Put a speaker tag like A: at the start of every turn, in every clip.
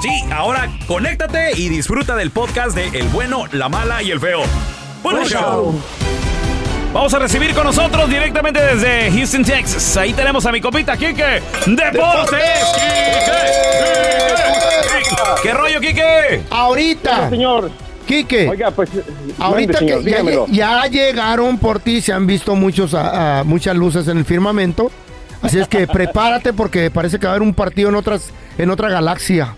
A: Sí, ahora conéctate y disfruta del podcast de El bueno, la mala y el feo. Buen
B: Buen
A: show. Vamos a recibir con nosotros directamente desde Houston, Texas. Ahí tenemos a mi copita Quique. ¡Deportes! Quique, Quique. ¿Qué rollo, Quique?
B: Ahorita,
C: señor.
B: Quique,
C: Oiga, pues.
B: ahorita
C: mande, señor,
B: que ya,
C: dígamelo.
B: ya llegaron por ti, se han visto muchos, a- a- muchas luces en el firmamento. Así es que prepárate porque parece que va a haber un partido en, otras, en otra galaxia.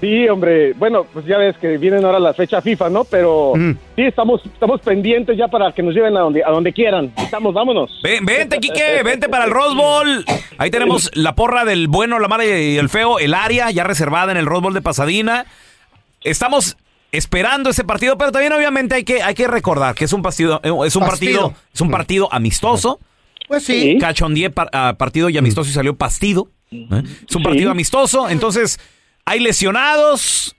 C: Sí, hombre. Bueno, pues ya ves que vienen ahora las fechas FIFA, ¿no? Pero
B: Mm.
C: sí, estamos, estamos pendientes ya para que nos lleven a donde, a donde quieran. Estamos, vámonos.
A: Ven, vente, Quique, vente para el Rose Bowl. Ahí tenemos la porra del bueno, la mala y el feo, el área ya reservada en el Rose Bowl de Pasadena. Estamos esperando ese partido, pero también obviamente hay que, hay que recordar que es un partido, eh, es un partido,
B: Partido.
A: es un partido amistoso.
B: Pues
C: Sí.
A: Cachondie par- ah, partido y amistoso y salió pastido. ¿eh? Es un partido
C: Sí.
A: amistoso, entonces hay lesionados.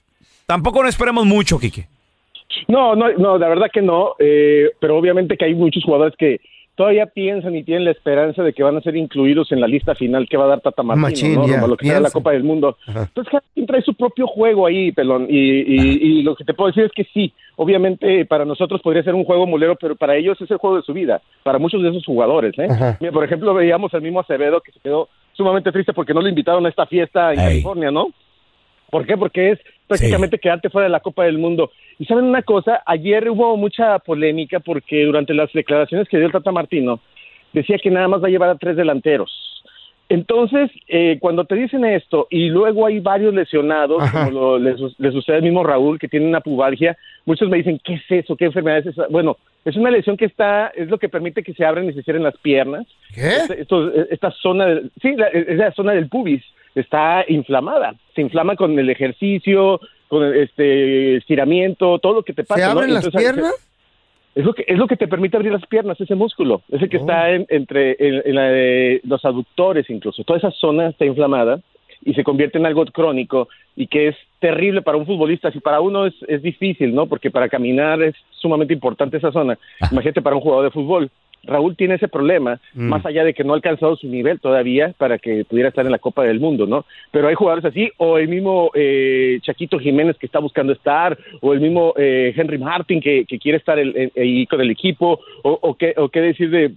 A: Tampoco no esperemos mucho, Quique.
C: No, no, no, la verdad que no. eh, pero obviamente que hay muchos jugadores que todavía piensan y tienen la esperanza de que van a ser incluidos en la lista final que va a dar Tata Martino,
B: Machín,
C: ¿no?
B: ya,
C: Rumbo a lo que será la
B: piensa.
C: Copa del Mundo.
B: Ajá.
C: Entonces, cada quien trae su propio juego ahí, pelón. Y, y- y lo que te puedo decir es que sí, obviamente eh, para nosotros podría ser un juego molero, pero para ellos es el juego de su vida, para muchos de esos jugadores. ¿eh?
B: Ajá.
C: Mira, por ejemplo, veíamos al mismo Acevedo que se quedó sumamente triste porque no le invitaron a esta fiesta en
A: Ey.
C: California, ¿no? ¿Por qué? Porque es prácticamente quedarte fuera de la Copa del Mundo. Y saben una cosa, ayer hubo mucha polémica porque durante las declaraciones que dio el Tata Martino, decía que nada más va a llevar a tres delanteros. Entonces, eh, cuando te dicen esto y luego hay varios lesionados,
B: Ajá.
C: como lo- le, su- le sucede al mismo Raúl, que tiene una pubalgia, muchos me dicen, ¿qué es eso? ¿Qué enfermedad es esa? Bueno, es una lesión que está, es lo que permite que se abran y se cierren las piernas.
B: ¿Qué?
C: Este- estos- esta zona, del- sí, la, esa zona del pubis está inflamada. Se inflama con el ejercicio, con el, este estiramiento, todo lo que te pasa.
B: ¿Se
C: ¿no?
B: abren las
C: Entonces,
B: piernas?
C: Es lo, que, es lo que te permite abrir las piernas, ese músculo. Es el que
B: Oh.
C: está en- entre en- en la de los aductores incluso. Toda esa zona está inflamada y se convierte en algo crónico y que es terrible para un futbolista. Si para uno es, es difícil, ¿no? Porque para caminar es sumamente importante esa zona. Imagínate para un jugador de fútbol. Raúl tiene ese problema,
B: Mm.
C: más allá de que no ha alcanzado su nivel todavía para que pudiera estar en la Copa del Mundo, ¿no? Pero hay jugadores así, o el mismo eh, Chaquito Jiménez que está buscando estar, o el mismo eh, Henry Martin que, que quiere estar el- el- ahí con el equipo, o, o qué, o qué decir de,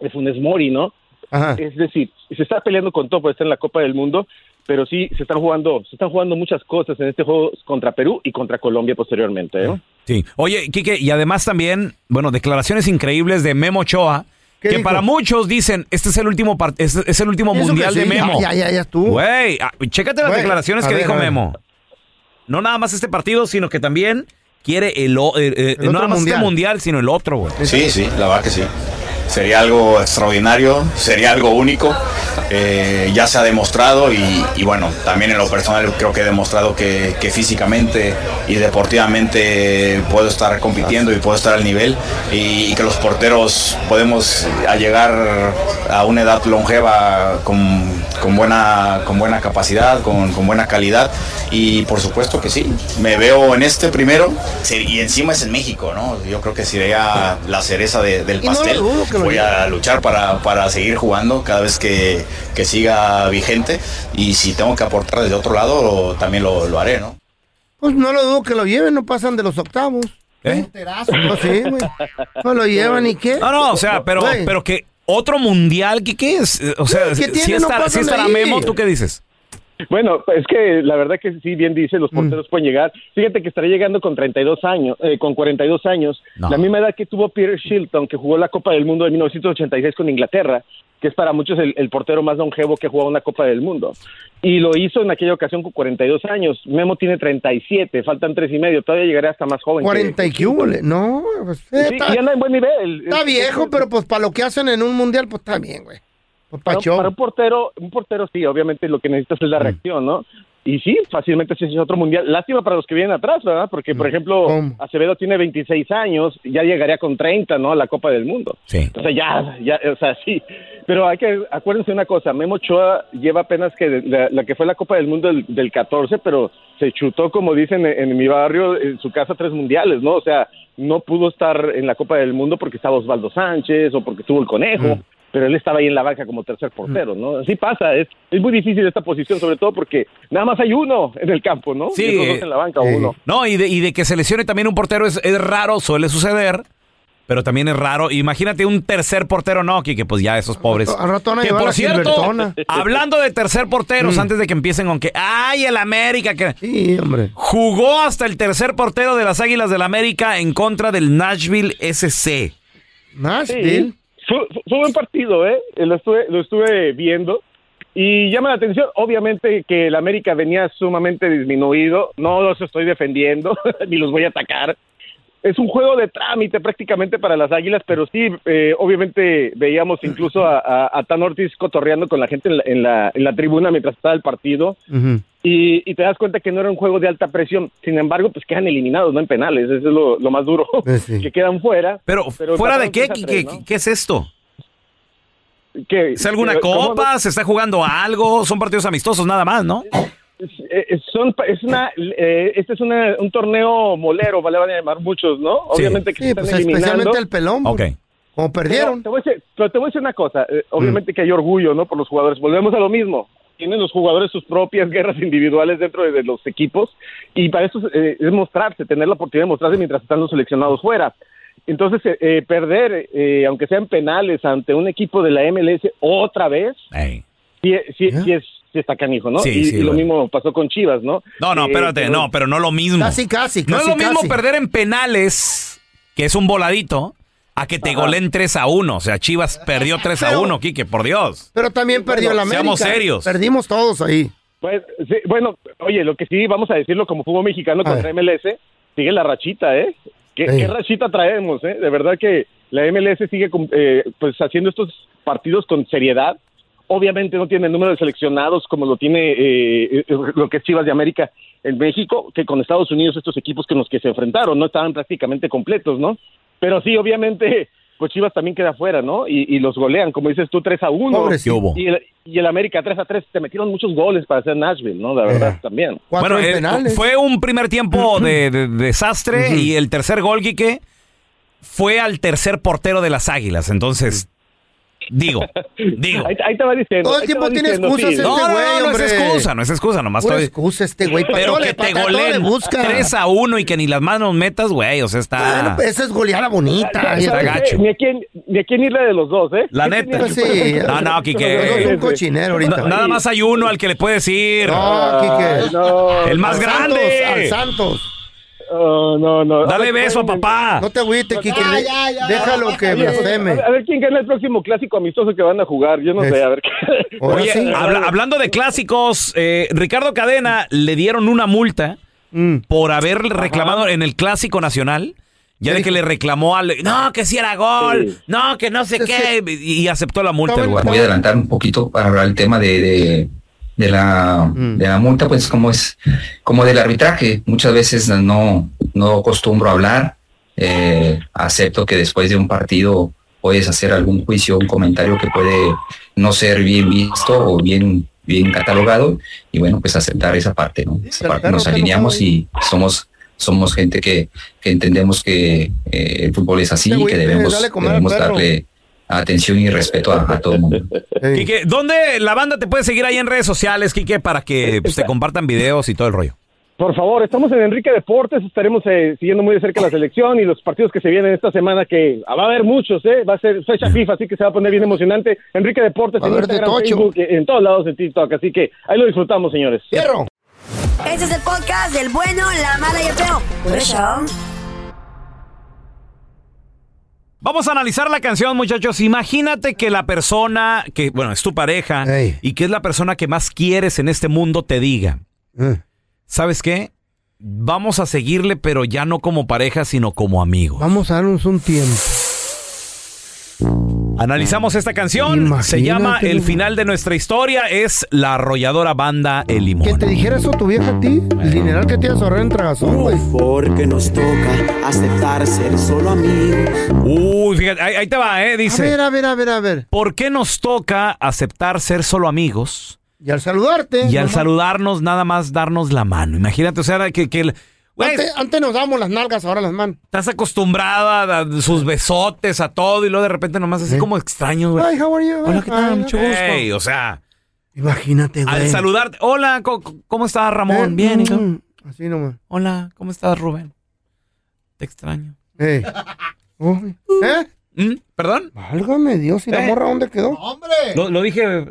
C: de Funes Mori, ¿no?
B: Ajá.
C: Es decir, se está peleando con todo por estar en la Copa del Mundo, pero sí se están jugando, se están jugando muchas cosas en este juego contra Perú y contra Colombia posteriormente, ¿eh?
A: Sí. Oye, Quique, y además también, bueno, declaraciones increíbles de Memo Ochoa, que
B: ¿Qué dijo?
A: para muchos dicen, este es el último part- este es el último
B: Eso que
A: mundial de
B: sí, ya-
A: Memo.
B: Ya, ya, ya estuvo.
A: Güey, ah, chécate las
B: Güey,
A: declaraciones
B: a
A: que
B: ver,
A: dijo
B: a ver.
A: Memo. No nada más este partido, sino que también quiere el, o- eh, eh,
B: El
A: no
B: otro
A: nada más
B: mundial.
A: este mundial, sino el otro, güey.
D: Sí, sí, la verdad que sí. Sería algo extraordinario, sería algo único. eh, ya se ha demostrado y, y bueno, también en lo personal creo que he demostrado que, que físicamente y deportivamente puedo estar compitiendo y puedo estar al nivel y, y que los porteros podemos a llegar a una edad longeva con, con buena, con buena capacidad, con, con buena calidad y por supuesto que sí. Me veo en este primero sí, y encima es en México, ¿no? Yo creo que sería la cereza de- del
B: Y no lo
D: pastel.
B: dudo que lo
D: Voy a luchar para, para seguir jugando cada vez que, que siga vigente y si tengo que aportar desde otro lado lo- también lo, lo haré, ¿no?
B: Pues no lo dudo que lo lleven, no pasan de los octavos.
A: ¿Eh?
B: Enterazo. Pues sí, güey. No lo llevan y qué.
A: No, no, o sea, pero,
B: Güey.
A: pero que otro mundial, Quique, es, eh, o sea,
B: ¿qué
A: si,
B: tiene? No
A: estará, si
B: pasan
A: estará
B: ahí.
A: Memo, ¿tú qué dices?
C: Bueno, es que la verdad que sí, bien dice,
B: Mm.
C: los porteros pueden llegar. Fíjate que estará llegando con 32 años, eh, con 42 años,
A: No.
C: la misma edad que tuvo Peter Shilton, que jugó la Copa del Mundo de 1986 con Inglaterra, que es para muchos el, el portero más longevo que ha jugado una Copa del Mundo. Y lo hizo en aquella ocasión con 42 años. Memo tiene 37, faltan tres y medio, todavía llegará hasta más joven. que-
B: 40 y qué hubo, le- No, pues, eh,
C: Sí,
B: está,
C: y anda en buen nivel.
B: está viejo, pero pues para lo que hacen en un mundial, pues está bien, güey. Pues pa'
C: Para,
B: show.
C: para un portero, un portero sí, obviamente lo que necesitas es la reacción, ¿no? Y sí, fácilmente se hizo otro mundial. Lástima para los que vienen atrás, ¿verdad? Porque, por ejemplo,
B: ¿Cómo?
C: Acevedo tiene 26 años, ya llegaría con 30, ¿no? A la Copa del Mundo.
A: Sí.
C: O sea, ya, ya, o sea, sí. Pero hay que, acuérdense una cosa, Memo Ochoa lleva apenas que de- la, la que fue la Copa del Mundo del, del 14, pero se chutó, como dicen en, en mi barrio, en su casa tres mundiales, ¿no? O sea, no pudo estar en la Copa del Mundo porque estaba Osvaldo Sánchez o porque estuvo el Conejo,
A: Mm.
C: pero él estaba ahí en la banca como tercer portero, ¿no? Así pasa, es, es muy difícil esta posición, sobre todo porque nada más hay uno en el campo, ¿no?
A: Sí,
C: Y otros
A: eh,
C: dos en la banca o
B: eh,
C: uno.
A: No, y de, y de que se lesione también un portero es, es raro, suele suceder, pero también es raro. Imagínate un tercer portero, no, que pues ya esos pobres.
B: Al rato van a
A: que
B: llevar
A: por
B: a Mm.
A: cierto,
B: Gilbertona.
A: hablando de tercer porteros, antes de que empiecen con que, ay, el América, que
B: Sí, hombre.
A: jugó hasta el tercer portero de las Águilas del América en contra del Nashville SC.
B: Nashville.
C: Fue, fue- fue buen partido, ¿eh? Lo estuve, lo estuve viendo. Y llama la atención, obviamente, que el América venía sumamente disminuido. No los estoy defendiendo, ni los voy a atacar. Es un juego de trámite prácticamente para las Águilas, pero sí, eh, obviamente veíamos incluso a, a- a Tan Ortiz cotorreando con la gente en la, en la- en la tribuna mientras estaba el partido
B: Ujú.
C: y, y te das cuenta que no era un juego de alta presión. Sin embargo, pues quedan eliminados, no en penales. Eso es lo, lo más duro,
B: Eh, sí.
C: que quedan fuera.
A: Pero, ¿fuera de
C: empataron
A: qué?
C: tres a
A: ¿Qué, qué-
C: tres, ¿no?
A: qué es esto?
C: que-
A: ¿Es alguna
C: que- ¿cómo
A: copa? ¿Se está jugando algo? Son partidos amistosos nada más, ¿no?
C: no? Es- eh, son pa- es una, eh, este es una- un torneo molero, vale, van a llamar muchos, ¿no?
A: Sí.
C: Obviamente que se
B: Sí,
C: están
B: pues
C: eliminando.
B: especialmente el pelón.
A: Ok.
B: porque Como
C: Pero
B: perdieron.
C: te, voy a decir, pero te voy a decir una cosa, eh, obviamente que hay orgullo, ¿no? Por los jugadores, volvemos a lo mismo. Tienen los jugadores sus propias guerras individuales dentro de, de los equipos y para eso eh, es mostrarse, tener la oportunidad de mostrarse mientras están los seleccionados fuera. Entonces, eh, eh, perder, eh, aunque sean penales, ante un equipo de la MLS otra vez,
A: Ey.
C: sí, sí-
B: ¿Ya?
C: sí es, sí está canijo, ¿no?
A: Sí,
C: y
A: sí,
C: y lo
A: bueno.
C: mismo pasó con Chivas, ¿no?
A: No, no,
C: Eh,
A: espérate,
C: pero-
A: no, pero no lo mismo.
B: Casi, casi,
A: No es
B: casi,
A: lo mismo
B: casi.
A: perder en penales, que es un voladito, a que te golen 3 a 1. O sea, Chivas perdió 3 a
B: Pero-
A: 1, Quique, por Dios.
B: Pero también perdió la América.
A: seamos serios.
B: Perdimos todos ahí.
C: Pues, sí, bueno, oye, lo que sí, vamos a decirlo como fútbol mexicano
B: A
C: contra
B: ver.
C: MLS, sigue la rachita, ¿eh? ¿Qué,
B: Sí.
C: qué rachita traemos, eh? De verdad que la MLS sigue con- eh, pues haciendo estos partidos con seriedad. Obviamente no tiene el número de seleccionados como lo tiene eh, eh, lo que es Chivas de América en México, que con Estados Unidos estos equipos con los que se enfrentaron no estaban prácticamente completos, ¿no? Pero sí, obviamente, pues Chivas también queda fuera, ¿no? Y, y los golean, como dices tú, 3 a 1.
B: Pobrecito.
A: ¿Qué hubo?
C: Y el, y el América 3 a 3, te metieron muchos goles para hacer Nashville, ¿no? La verdad,
B: Eh.
C: también.
B: Cuatro en
A: eh,
B: penales.
A: fue un primer tiempo de, de- de desastre y el tercer gol, Quique, fue al tercer portero de las Águilas. Entonces, digo, digo.
C: Ahí, ahí te va diciendo.
B: Todo el
C: ahí te
B: tiempo
C: va
B: tiene
C: diciendo,
B: excusas,
C: sí.
B: este
A: No, no,
B: güey,
A: no, no es
B: hombre.
A: excusa, no es excusa, nomás
B: Pura
A: estoy...
B: excusa este güey. pa'
A: Pero
B: todo le-
A: que
B: pa'
A: te
B: todo le
A: goleen
B: busca.
A: 3 a 1 y que ni las manos metas, güey, o sea,
B: Bueno,
A: está...
B: pues esa es goleada bonita.
A: Está
C: ¿Sabes qué?
A: gacho.
C: Ah, Ni a quién, ni a quién irle de los dos, ¿eh?
A: La
C: ¿Qué
A: neta.
C: tenía que
B: Pues sí.
C: poner?
A: No, no, Quique.
B: Los dos son ¿eh? un cochinero ahorita.
A: Na- nada más hay uno al que le puede decir.
B: No,
C: Ay,
B: Quique.
C: no,
A: El más
B: Al
A: grande.
B: Santos, al Santos.
C: no, no, no.
A: Dale
C: ver,
A: beso a
C: ¿quién-
A: papá.
B: No te agüites, Quique.
E: Pues, ya, ya, ya.
B: Déjalo que
C: Oye,
B: blasfeme.
C: A ver quién gana el próximo clásico amistoso que van a jugar. Yo no
B: Es-
C: sé, a ver.
B: Ahora
A: Oye,
B: sí.
A: habla- hablando de clásicos, eh, Ricardo Cadena le dieron una multa
B: Mm.
A: por haber reclamado en el clásico nacional. Ya
B: ¿Qué
A: de que le reclamó al. No, que si era gol.
C: Sí.
A: No, que no sé
B: Es
A: qué. Y, y aceptó la multa,
B: Estaba
A: el
B: en-
A: güey.
F: voy a adelantar un poquito para hablar el tema de, de- de la,
B: Mm.
F: de la multa, pues como es, como del arbitraje, muchas veces no, no acostumbro a hablar, eh, acepto que después de un partido puedes hacer algún juicio, un comentario que puede no ser bien visto o bien, bien catalogado, y bueno, pues aceptar esa parte, ¿no? Esa
B: pero
F: parte
B: claro,
F: nos
B: claro,
F: alineamos
B: claro.
F: y somos, somos gente que, que entendemos que eh, el fútbol es así
B: Este
F: y
B: güey,
F: que debemos,
B: dale comer al
F: debemos
B: perro.
F: darle atención y respeto a, a todo el mundo.
B: Ey.
A: Quique, ¿dónde la banda te puede seguir ahí en redes sociales, Quique, para
B: Eh,
A: que pues, te compartan videos y todo el rollo?
C: Por favor, estamos en Enrique Deportes, estaremos eh, siguiendo muy de cerca la selección y los partidos que se vienen esta semana, que ah, va a haber muchos, ¿eh? Va a ser fecha FIFA, así que se va a poner bien emocionante. Enrique Deportes
B: Va a
C: en
B: haber de
C: Instagram,
B: tocho.
C: Facebook, eh, en todos lados en TikTok, así que ahí lo disfrutamos, señores.
B: Fierro.
G: Este es el podcast del bueno, la mala y el feo. Por eso.
A: Vamos a analizar la canción, muchachos. Imagínate que la persona que, bueno, es tu pareja
B: Ey.
A: y que es la persona que más quieres en este mundo te diga,
B: Eh,
A: ¿sabes qué? Vamos a seguirle, pero ya no como pareja, sino como amigos.
B: Vamos a darnos un tiempo.
A: Analizamos esta canción. Se
B: Imagínate.
A: llama El final de nuestra historia. Es la arrolladora banda El
B: Que
A: Limón.
B: te dijera eso tu vieja a ti, el dineral que te ibas a ahorrar en tragazón, güey.
E: Porque nos toca aceptar ser solo amigos.
A: Uy, fíjate, ahí, ahí te va, ¿eh?
B: A
A: Dice.
B: ver, a ver, a ver, a ver.
A: ¿Por qué nos toca aceptar ser solo amigos
B: Y al saludarte.
A: y al
B: nomás-
A: saludarnos nada más darnos la mano? Imagínate, o sea, que, que el- Güey,
B: Antes, antes nos dábamos las nalgas, ahora las manos.
A: estás acostumbrada a sus besotes, a todo, y luego de repente nomás así
B: ¿Eh?
A: como extraños, güey.
B: Ay, how are you?
A: Hola, ¿qué
B: Ay,
A: tal? Mucho gusto.
B: Ey.
A: o sea,
B: Imagínate, güey.
A: al saludarte. Hola, co- co- ¿cómo, estás, Ramón?
B: Eh,
A: Bien, ¿y tú?
B: mm, Así nomás.
A: Hola, ¿cómo estás, Rubén? Te extraño.
B: Ey. Uy. ¿Eh?
A: ¿Mm? ¿Perdón?
B: Válgame Dios, ¿y la
A: Eh.
B: morra dónde quedó?
A: Lo, lo dije. Mm.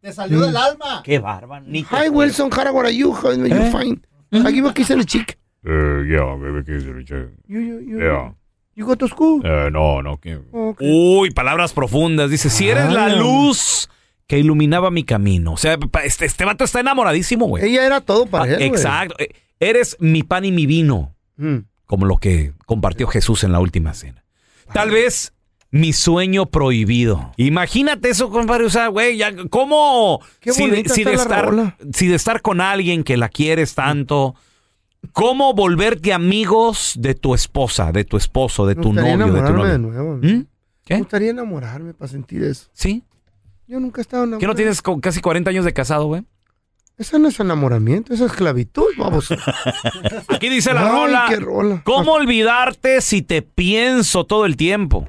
H: Te salió del alma.
A: Qué bárbaro. ni te
B: Hi, Wilson, how are you? How are you
A: Eh.
B: fine? I give a kiss and a cheek.
I: Uh, yeah, baby, kiss her, check.
B: You, you, you,
I: Yeah.
B: you go to school.
I: Uh, no, no, can't.
B: Okay.
A: Uy, palabras profundas. Dice, si eres la
B: Ah.
A: luz que iluminaba mi camino. O sea, pa- este, este vato está enamoradísimo, güey.
B: Ella era todo para
A: Ah,
B: él, güey.
A: Exacto. Eh, Eres mi pan y mi vino,
B: Mm.
A: como lo que compartió Jesús en la última cena. Tal vez mi sueño prohibido. Imagínate eso, compadre. O sea, güey, ya, ¿cómo?
B: Qué
A: si, de,
B: bonita
A: si de
B: está la
A: estar,
B: rola.
A: si de estar con alguien que la quieres tanto, ¿cómo volverte amigos de tu esposa, de tu esposo, de
B: Me
A: tu
B: gustaría
A: novio, de tu
B: enamorarme de,
A: novio?
B: nuevo.
A: ¿Mm?
B: Me
A: ¿Qué?
B: gustaría enamorarme para sentir eso.
A: ¿Sí?
B: Yo nunca he estado enamorado.
A: ¿Qué no tienes co- casi 40 años de casado, güey?
B: Eso no es enamoramiento, eso es esclavitud, vamos.
A: Aquí dice la
B: Ay,
A: rola.
B: qué rola.
A: ¿Cómo olvidarte si te pienso todo el tiempo?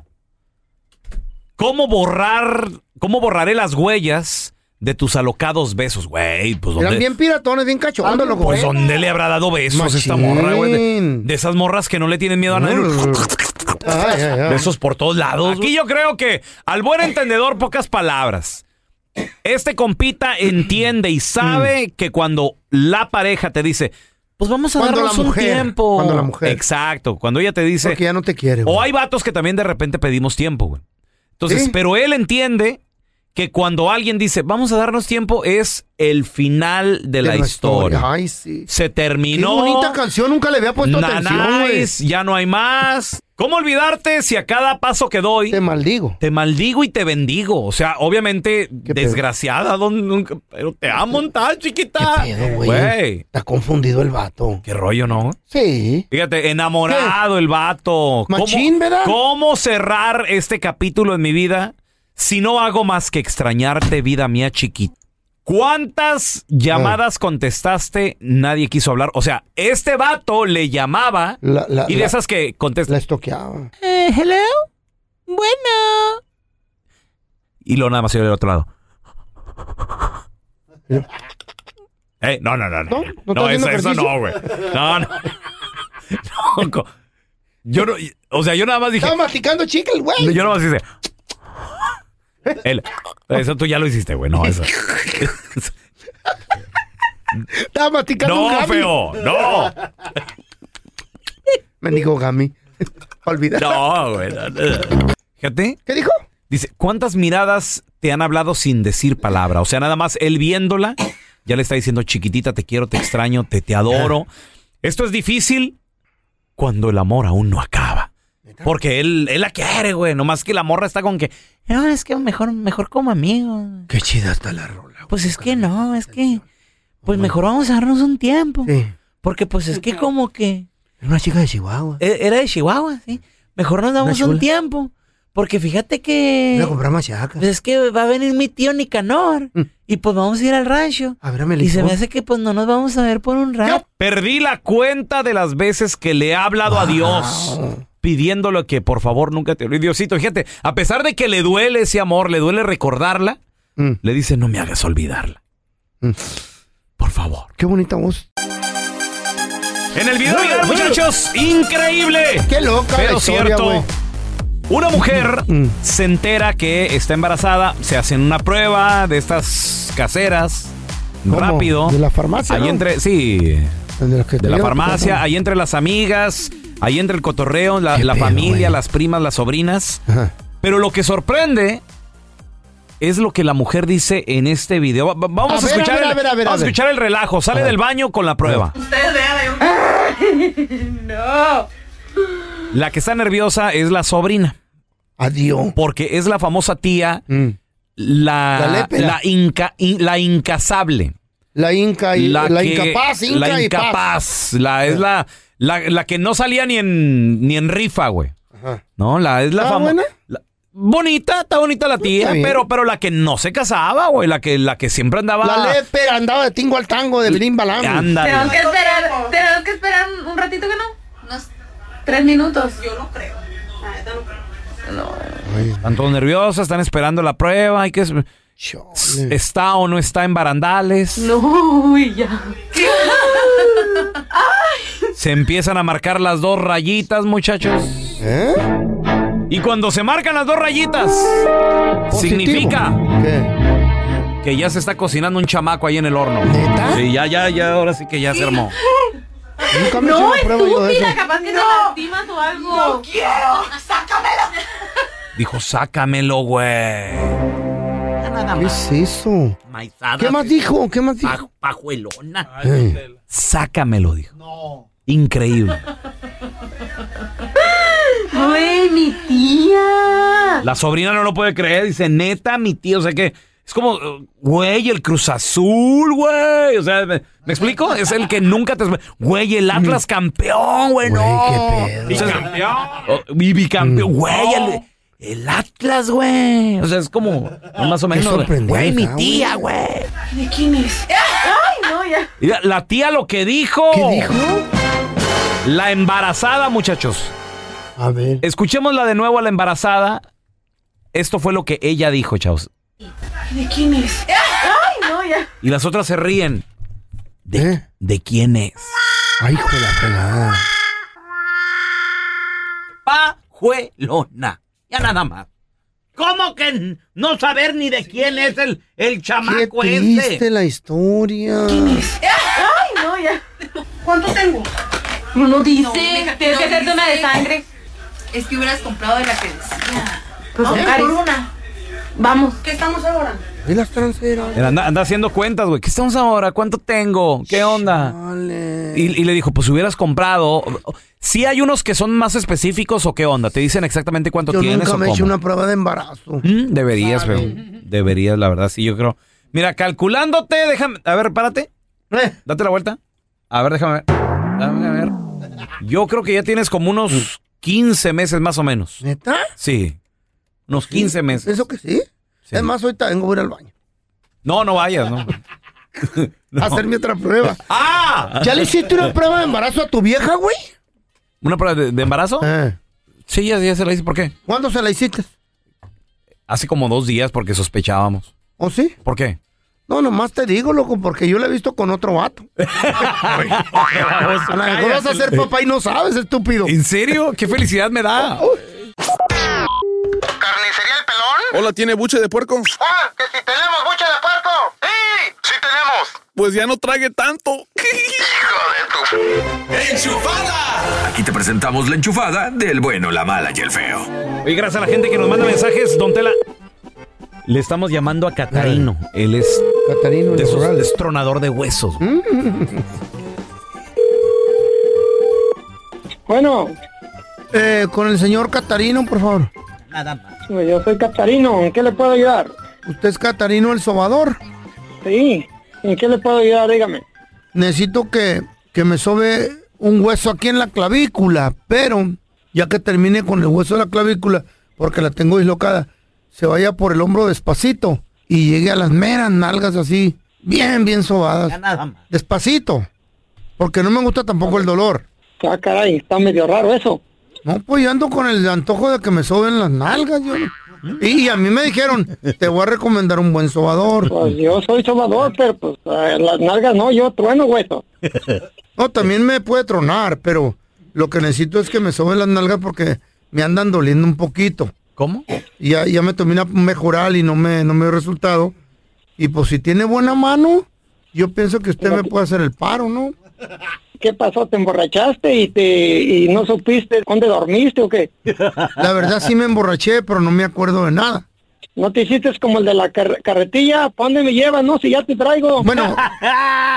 A: ¿Cómo borrar, cómo borraré las huellas de tus alocados besos, güey? Pues
B: Eran
A: dónde,
B: bien piratones, bien cachondos, loco.
A: pues, ¿dónde le habrá dado besos a esta
B: Machín.
A: morra, güey? De, de esas morras que no le tienen miedo a nadie.
B: Ay, ay, ay.
A: Besos por todos lados. Aquí yo creo que al buen entendedor pocas palabras. Este compita entiende y sabe que cuando la pareja te dice, pues vamos a
B: Cuando
A: darnos
B: la
A: un
B: mujer,
A: tiempo.
B: cuando la mujer.
A: Exacto, cuando ella te dice,
B: Porque ya no te quiere, güey.
A: o hay vatos que también de repente pedimos tiempo, güey. Entonces,
B: Sí.
A: pero él entiende que cuando alguien dice, vamos a darnos tiempo, es el final de,
B: De
A: la
B: nuestra
A: historia.
B: Ay, sí.
A: Se
B: Qué
A: terminó.
B: bonita canción, nunca le había puesto atención, güey.
A: Nanais, ya no hay más. ¿Cómo olvidarte si a cada paso que doy
B: Te maldigo.
A: te maldigo y te bendigo? O sea, obviamente,
B: ¿Qué pedo?
A: desgraciada, don- nunca- pero te amo tan chiquita.
B: ¿Qué pedo, güey?
A: Güey,
B: Está confundido el vato.
A: qué rollo, ¿no?
B: Sí.
A: Fíjate, enamorado el vato. ¿Cómo-
B: Machín, ¿verdad?
A: ¿Cómo cerrar este capítulo en mi vida si no hago más que extrañarte, vida mía chiquita? ¿Cuántas llamadas contestaste? Nadie quiso hablar. O sea, este vato le llamaba
B: La, la,
A: y de
B: la-
A: esas que contestan.
B: la estoqueaba.
A: hello. Bueno. Y lo nada más iba del otro lado. Eh, no, no, no, no.
B: ¿No? ¿No estás haciendo
A: esa- esa
B: ejercicio?
A: no, güey. No, no. No, co- Yo no, o sea, yo nada más dije,
B: Estaba masticando chica el güey.
A: yo nada más hice. El- eso tú ya lo hiciste, güey, no, eso.
B: Estaba masticando un
A: No,
B: gami.
A: feo, no.
B: Me dijo gami. Olvida.
A: No, güey. no, no. Fíjate.
B: ¿Qué dijo?
A: Dice, ¿cuántas miradas te han hablado sin decir palabra? O sea, nada más él viéndola, ya le está diciendo, chiquitita, te quiero, te extraño, te, te adoro.
B: Ah.
A: Esto es difícil cuando el amor aún no acaba. Porque él, él la quiere, güey. Nomás que la morra está con que, no, es que mejor, mejor como amigo.
B: Qué chida está la rola.
J: Pues es que no, es que. Pues mejor vamos a darnos un tiempo.
B: Sí.
J: Porque pues es que como que.
B: Era una chica de Chihuahua.
J: e- Era de Chihuahua, ¿sí? Mejor nos damos
B: chula.
J: un tiempo. Porque fíjate
B: Voy a
J: que.
B: comprar machaca.
J: Pues es que va a venir mi tío Nicanor.
B: Mm. Oh.
J: Y pues vamos a ir al rancho.
B: A ver, a
J: Y se me hace que pues no nos vamos a ver por un rato.
A: Perdí la cuenta de las veces que le he hablado a Dios. Pidiéndole que por favor nunca te olvides. Diosito, fíjate, a pesar de que le duele ese amor, le duele recordarla,
B: Mm.
A: le dice, no me hagas olvidarla.
B: Mm.
A: Por favor.
B: Qué bonita voz.
A: En el video, viral, muchachos, increíble.
B: Qué loca la
A: Pero
B: historia,
A: cierto.
B: güey.
A: Una mujer
B: Mm.
A: se entera que está embarazada, se hacen una prueba de estas caseras
B: ¿Cómo?
A: rápido.
B: De la farmacia,
A: Ahí
B: ¿no?
A: entre, sí,
B: De, las que te
A: de la
B: llevan a tu
A: farmacia,
B: casa.
A: ahí entre las amigas, ahí entre el cotorreo, la,
B: Qué
A: la
B: pedo,
A: familia,
B: güey.
A: las primas, las sobrinas.
B: Ajá.
A: Pero lo que sorprende es lo que la mujer dice en este video. Va- va- Vamos a,
B: A ver,
A: escuchar,
B: a ver,
A: el,
B: a ver, a ver,
A: vamos
B: a
A: a
B: ver.
A: escuchar el relajo. Sale del baño con la prueba. La que está nerviosa es la sobrina.
B: Adiós.
A: Porque es la famosa tía,
B: Mm. La
A: la,
B: lépera.
A: la inca- in- la incasable.
B: La inca y la,
A: que-
B: incapaz,
A: la
B: inca y paz. Ah.
A: incapaz, la- es la, la, la que no salía ni en, ni en rifa, güey.
B: Ajá.
A: No, la es la
B: ¿Está
A: famosa.
B: buena?
A: Bonita, está bonita la tía,
B: Está bien.
A: pero, pero la que no se casaba, güey, la que, la que siempre andaba.
B: La lépera andaba de tingo al tango, de Belín Balán.
A: Ándale.
K: Tengo que esperar, tengo que esperar un- un ratito que no. Unos tres minutos. Yo no creo.
A: Están todos nerviosos, están esperando la prueba, hay que está o no está en barandales.
K: No, y ya.
A: Se empiezan a marcar las dos rayitas, muchachos.
B: ¿Eh?
A: Y cuando se marcan las dos rayitas, significa que ya se está cocinando un chamaco ahí en el horno. Sí, ya, ya, ya, ahora sí que ya se armó.
B: Nunca
A: me he hecho
K: no,
A: una prueba yo de
K: estúpida,
A: eso.
K: capaz que te lastimas o algo. No quiero.
A: Dijo, sácamelo, güey.
B: ¿Qué es eso?
A: Maizada.
B: ¿Qué más dijo? ¿Qué más dijo? Eh,
A: Pajuelona. Sácamelo, dijo. Increíble.
K: Güey, mi tía.
A: La sobrina no lo puede creer, dice, neta, mi tío, o sea que es como, eh, güey, el Cruz Azul, güey, o sea, ¿me, me explico? Es el que nunca te... Güey, el Atlas campeón, güey, Mm. no. Bicampeón. Oh, Y bicampeón, güey, el, el Atlas, güey. O sea, es como, más o menos, güey, mi tía, ah, güey.
K: ¿De quién es? Ay, no, ya.
A: Y La, la tía lo que dijo. ¿Qué dijo? La embarazada, muchachos.
B: A ver.
A: Escuchémosla de nuevo a la embarazada. Esto fue lo que ella dijo, chavos.
K: ¿De quién es? Ay, no, ya.
A: Y las otras se ríen. ¿De, ¿de quién es?
B: ¿eh? Ay, hijo de la fregada.
A: Pajuelona. Ya nada más. ¿Cómo que n- no saber ni de quién es el, el
B: Qué
A: chamaco
B: triste
A: este?
B: la historia.
K: Ay, no, ya. ¿Cuánto tengo? No dice. Tienes que hacerte una de sangre.
L: Es que hubieras comprado de la que decía.
K: Pues son
L: Vamos por
K: carísimas.
L: una.
K: Vamos.
L: ¿Qué estamos ahora?
B: Ve las tranceras.
A: Mira, Anda, anda haciendo cuentas, güey. ¿Qué estamos ahora? ¿Cuánto tengo? ¿Qué onda? Y, y le dijo, pues hubieras comprado. Sí hay unos que son más específicos o qué onda. Te dicen exactamente cuánto
B: Yo
A: tienes
B: nunca
A: o
B: me he
A: cómo.
B: hecho una prueba de embarazo.
A: Mm, Deberías, güey. Deberías, la verdad, sí, yo creo. Mira, calculándote, déjame. A ver, párate.
B: ¿Eh?
A: Date la vuelta. A ver, déjame ver. Dame a ver. Yo creo que ya tienes como unos 15 meses más o menos.
B: ¿Neta?
A: Sí. Unos 15 meses.
B: ¿Eso que sí? Es más, ahorita vengo a ir al baño.
A: No, no vayas, no.
B: A hacerme otra prueba.
A: ¡Ah!
B: ¿Ya le hiciste una prueba de embarazo a tu vieja, güey?
A: ¿Una prueba de, de embarazo? Sí, ya, ya se la hice. ¿Por qué?
B: ¿Cuándo se la hiciste?
A: Hace como dos días porque sospechábamos.
B: ¿O sí?
A: ¿Por qué?
B: No, nomás te digo, loco, porque yo la he visto con otro vato. A lo mejor vas a ser papá y no sabes, estúpido.
A: ¿En serio? ¡Qué felicidad me da!
M: Hola, ¿tiene buche de puerco?
N: ¡Ah! ¡Que si tenemos buche de puerco! ¡Sí! ¡Sí tenemos!
M: Pues ya no trague tanto.
N: ¡Hijo de tu... ¡Enchufada!
O: Aquí te presentamos la enchufada del bueno, la mala y el feo.
A: Oye, gracias a la gente que nos manda mensajes, don Tela. Le estamos llamando a Catarino. Él es
B: Catarino
A: de esos- es tronador de huesos.
B: Bueno. Eh, con el señor Catarino, por favor. Nada más. Yo soy Catarino, ¿en qué le puedo ayudar? ¿Usted es Catarino el Sobador? Sí, ¿en qué le puedo ayudar? Dígame. Necesito que, que me sobe un hueso aquí en la clavícula, pero ya que termine con el hueso de la clavícula, porque la tengo dislocada, se vaya por el hombro despacito y llegue a las meras nalgas así, bien, bien sobadas. Despacito, porque no me gusta tampoco el dolor.
P: Ah, caray, está medio raro eso.
B: No, pues yo ando con el antojo de que me soben las nalgas. Yo. Y a mí me dijeron, te voy a recomendar un buen sobador.
P: Pues yo soy sobador, pero pues eh, las nalgas no, yo trueno hueso.
B: No, también me puede tronar, pero lo que necesito es que me soben las nalgas porque me andan doliendo un poquito.
A: ¿Cómo?
B: Ya, ya me tomé una mejoral y no me, no me dio resultado. Y pues si tiene buena mano, yo pienso que usted me puede hacer el paro, ¿no?
P: ¿Qué pasó? ¿Te emborrachaste y te y no supiste dónde dormiste o qué?
B: La verdad sí me emborraché, pero no me acuerdo de nada.
P: ¿No te hiciste como el de la car- carretilla? ¿Pa' dónde me llevas? No, si ya te traigo.
B: Bueno,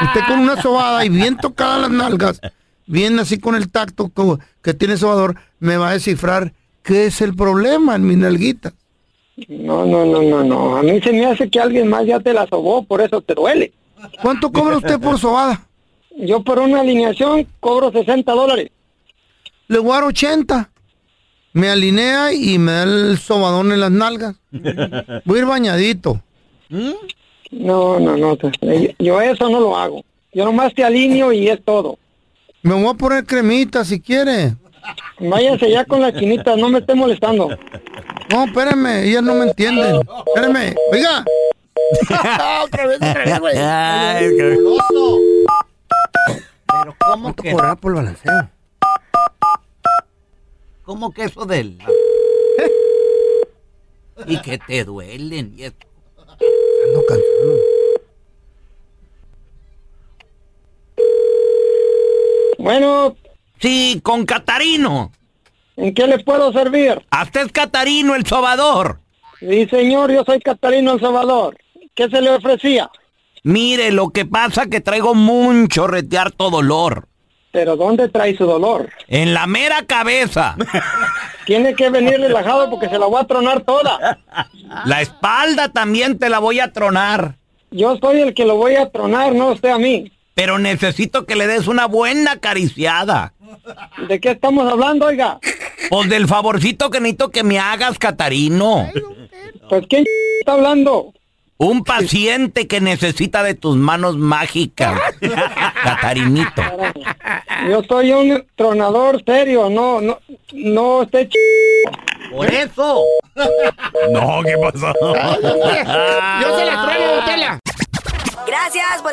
B: usted con una sobada y bien tocada las nalgas, bien así con el tacto co- que tiene sobador, me va a descifrar ¿Qué es el problema en mi nalguita?
P: No, no, no, no, no. A mí se me hace que alguien más ya te la sobó, por eso te duele.
B: ¿Cuánto cobra usted por sobada?
P: Yo por una alineación cobro 60 dólares.
B: Le voy a dar 80. Me alinea y me da el sobadón en las nalgas. Voy a ir bañadito.
P: No, no, no. te- eh, Yo eso no lo hago. Yo nomás te alineo y es todo.
B: Me voy a poner cremita si quiere.
P: Váyase ya con la chinita, no me esté molestando.
B: No, espérame, ellas no me entienden. Espérame, oiga. Otra vez, otra vez, güey.
J: Ay, qué-
H: Pero ¿cómo que,
B: Cobrar por el balanceo.
H: cómo que eso del... y que te duelen. Y es-
B: Ando cansado.
P: Bueno.
J: Sí, con Catarino. Ah.
P: ¿En qué le puedo servir?
J: Hasta es Catarino el sobador.
P: Sí, señor, yo soy Catalino El Salvador. ¿Qué se le ofrecía?
J: Mire, lo que pasa que traigo mucho retearto dolor.
P: Pero ¿dónde trae su dolor?
J: En la mera cabeza.
P: Tiene que venir relajado porque se la voy a tronar toda.
J: La espalda también te la voy a tronar.
P: Yo soy el que lo voy a tronar, no usted a mí.
J: Pero necesito que le des una buena acariciada.
P: ¿De qué estamos hablando, oiga?
J: Pues del favorcito que necesito que me hagas, Catarino.
P: Pues ¿quién está hablando?
J: Un paciente que necesita de tus manos mágicas. Catarinito.
P: Yo soy un tronador serio, no, no, no esté ch...
H: Por eso.
I: No, ¿qué pasó?
G: Yo se la trueno, Gracias por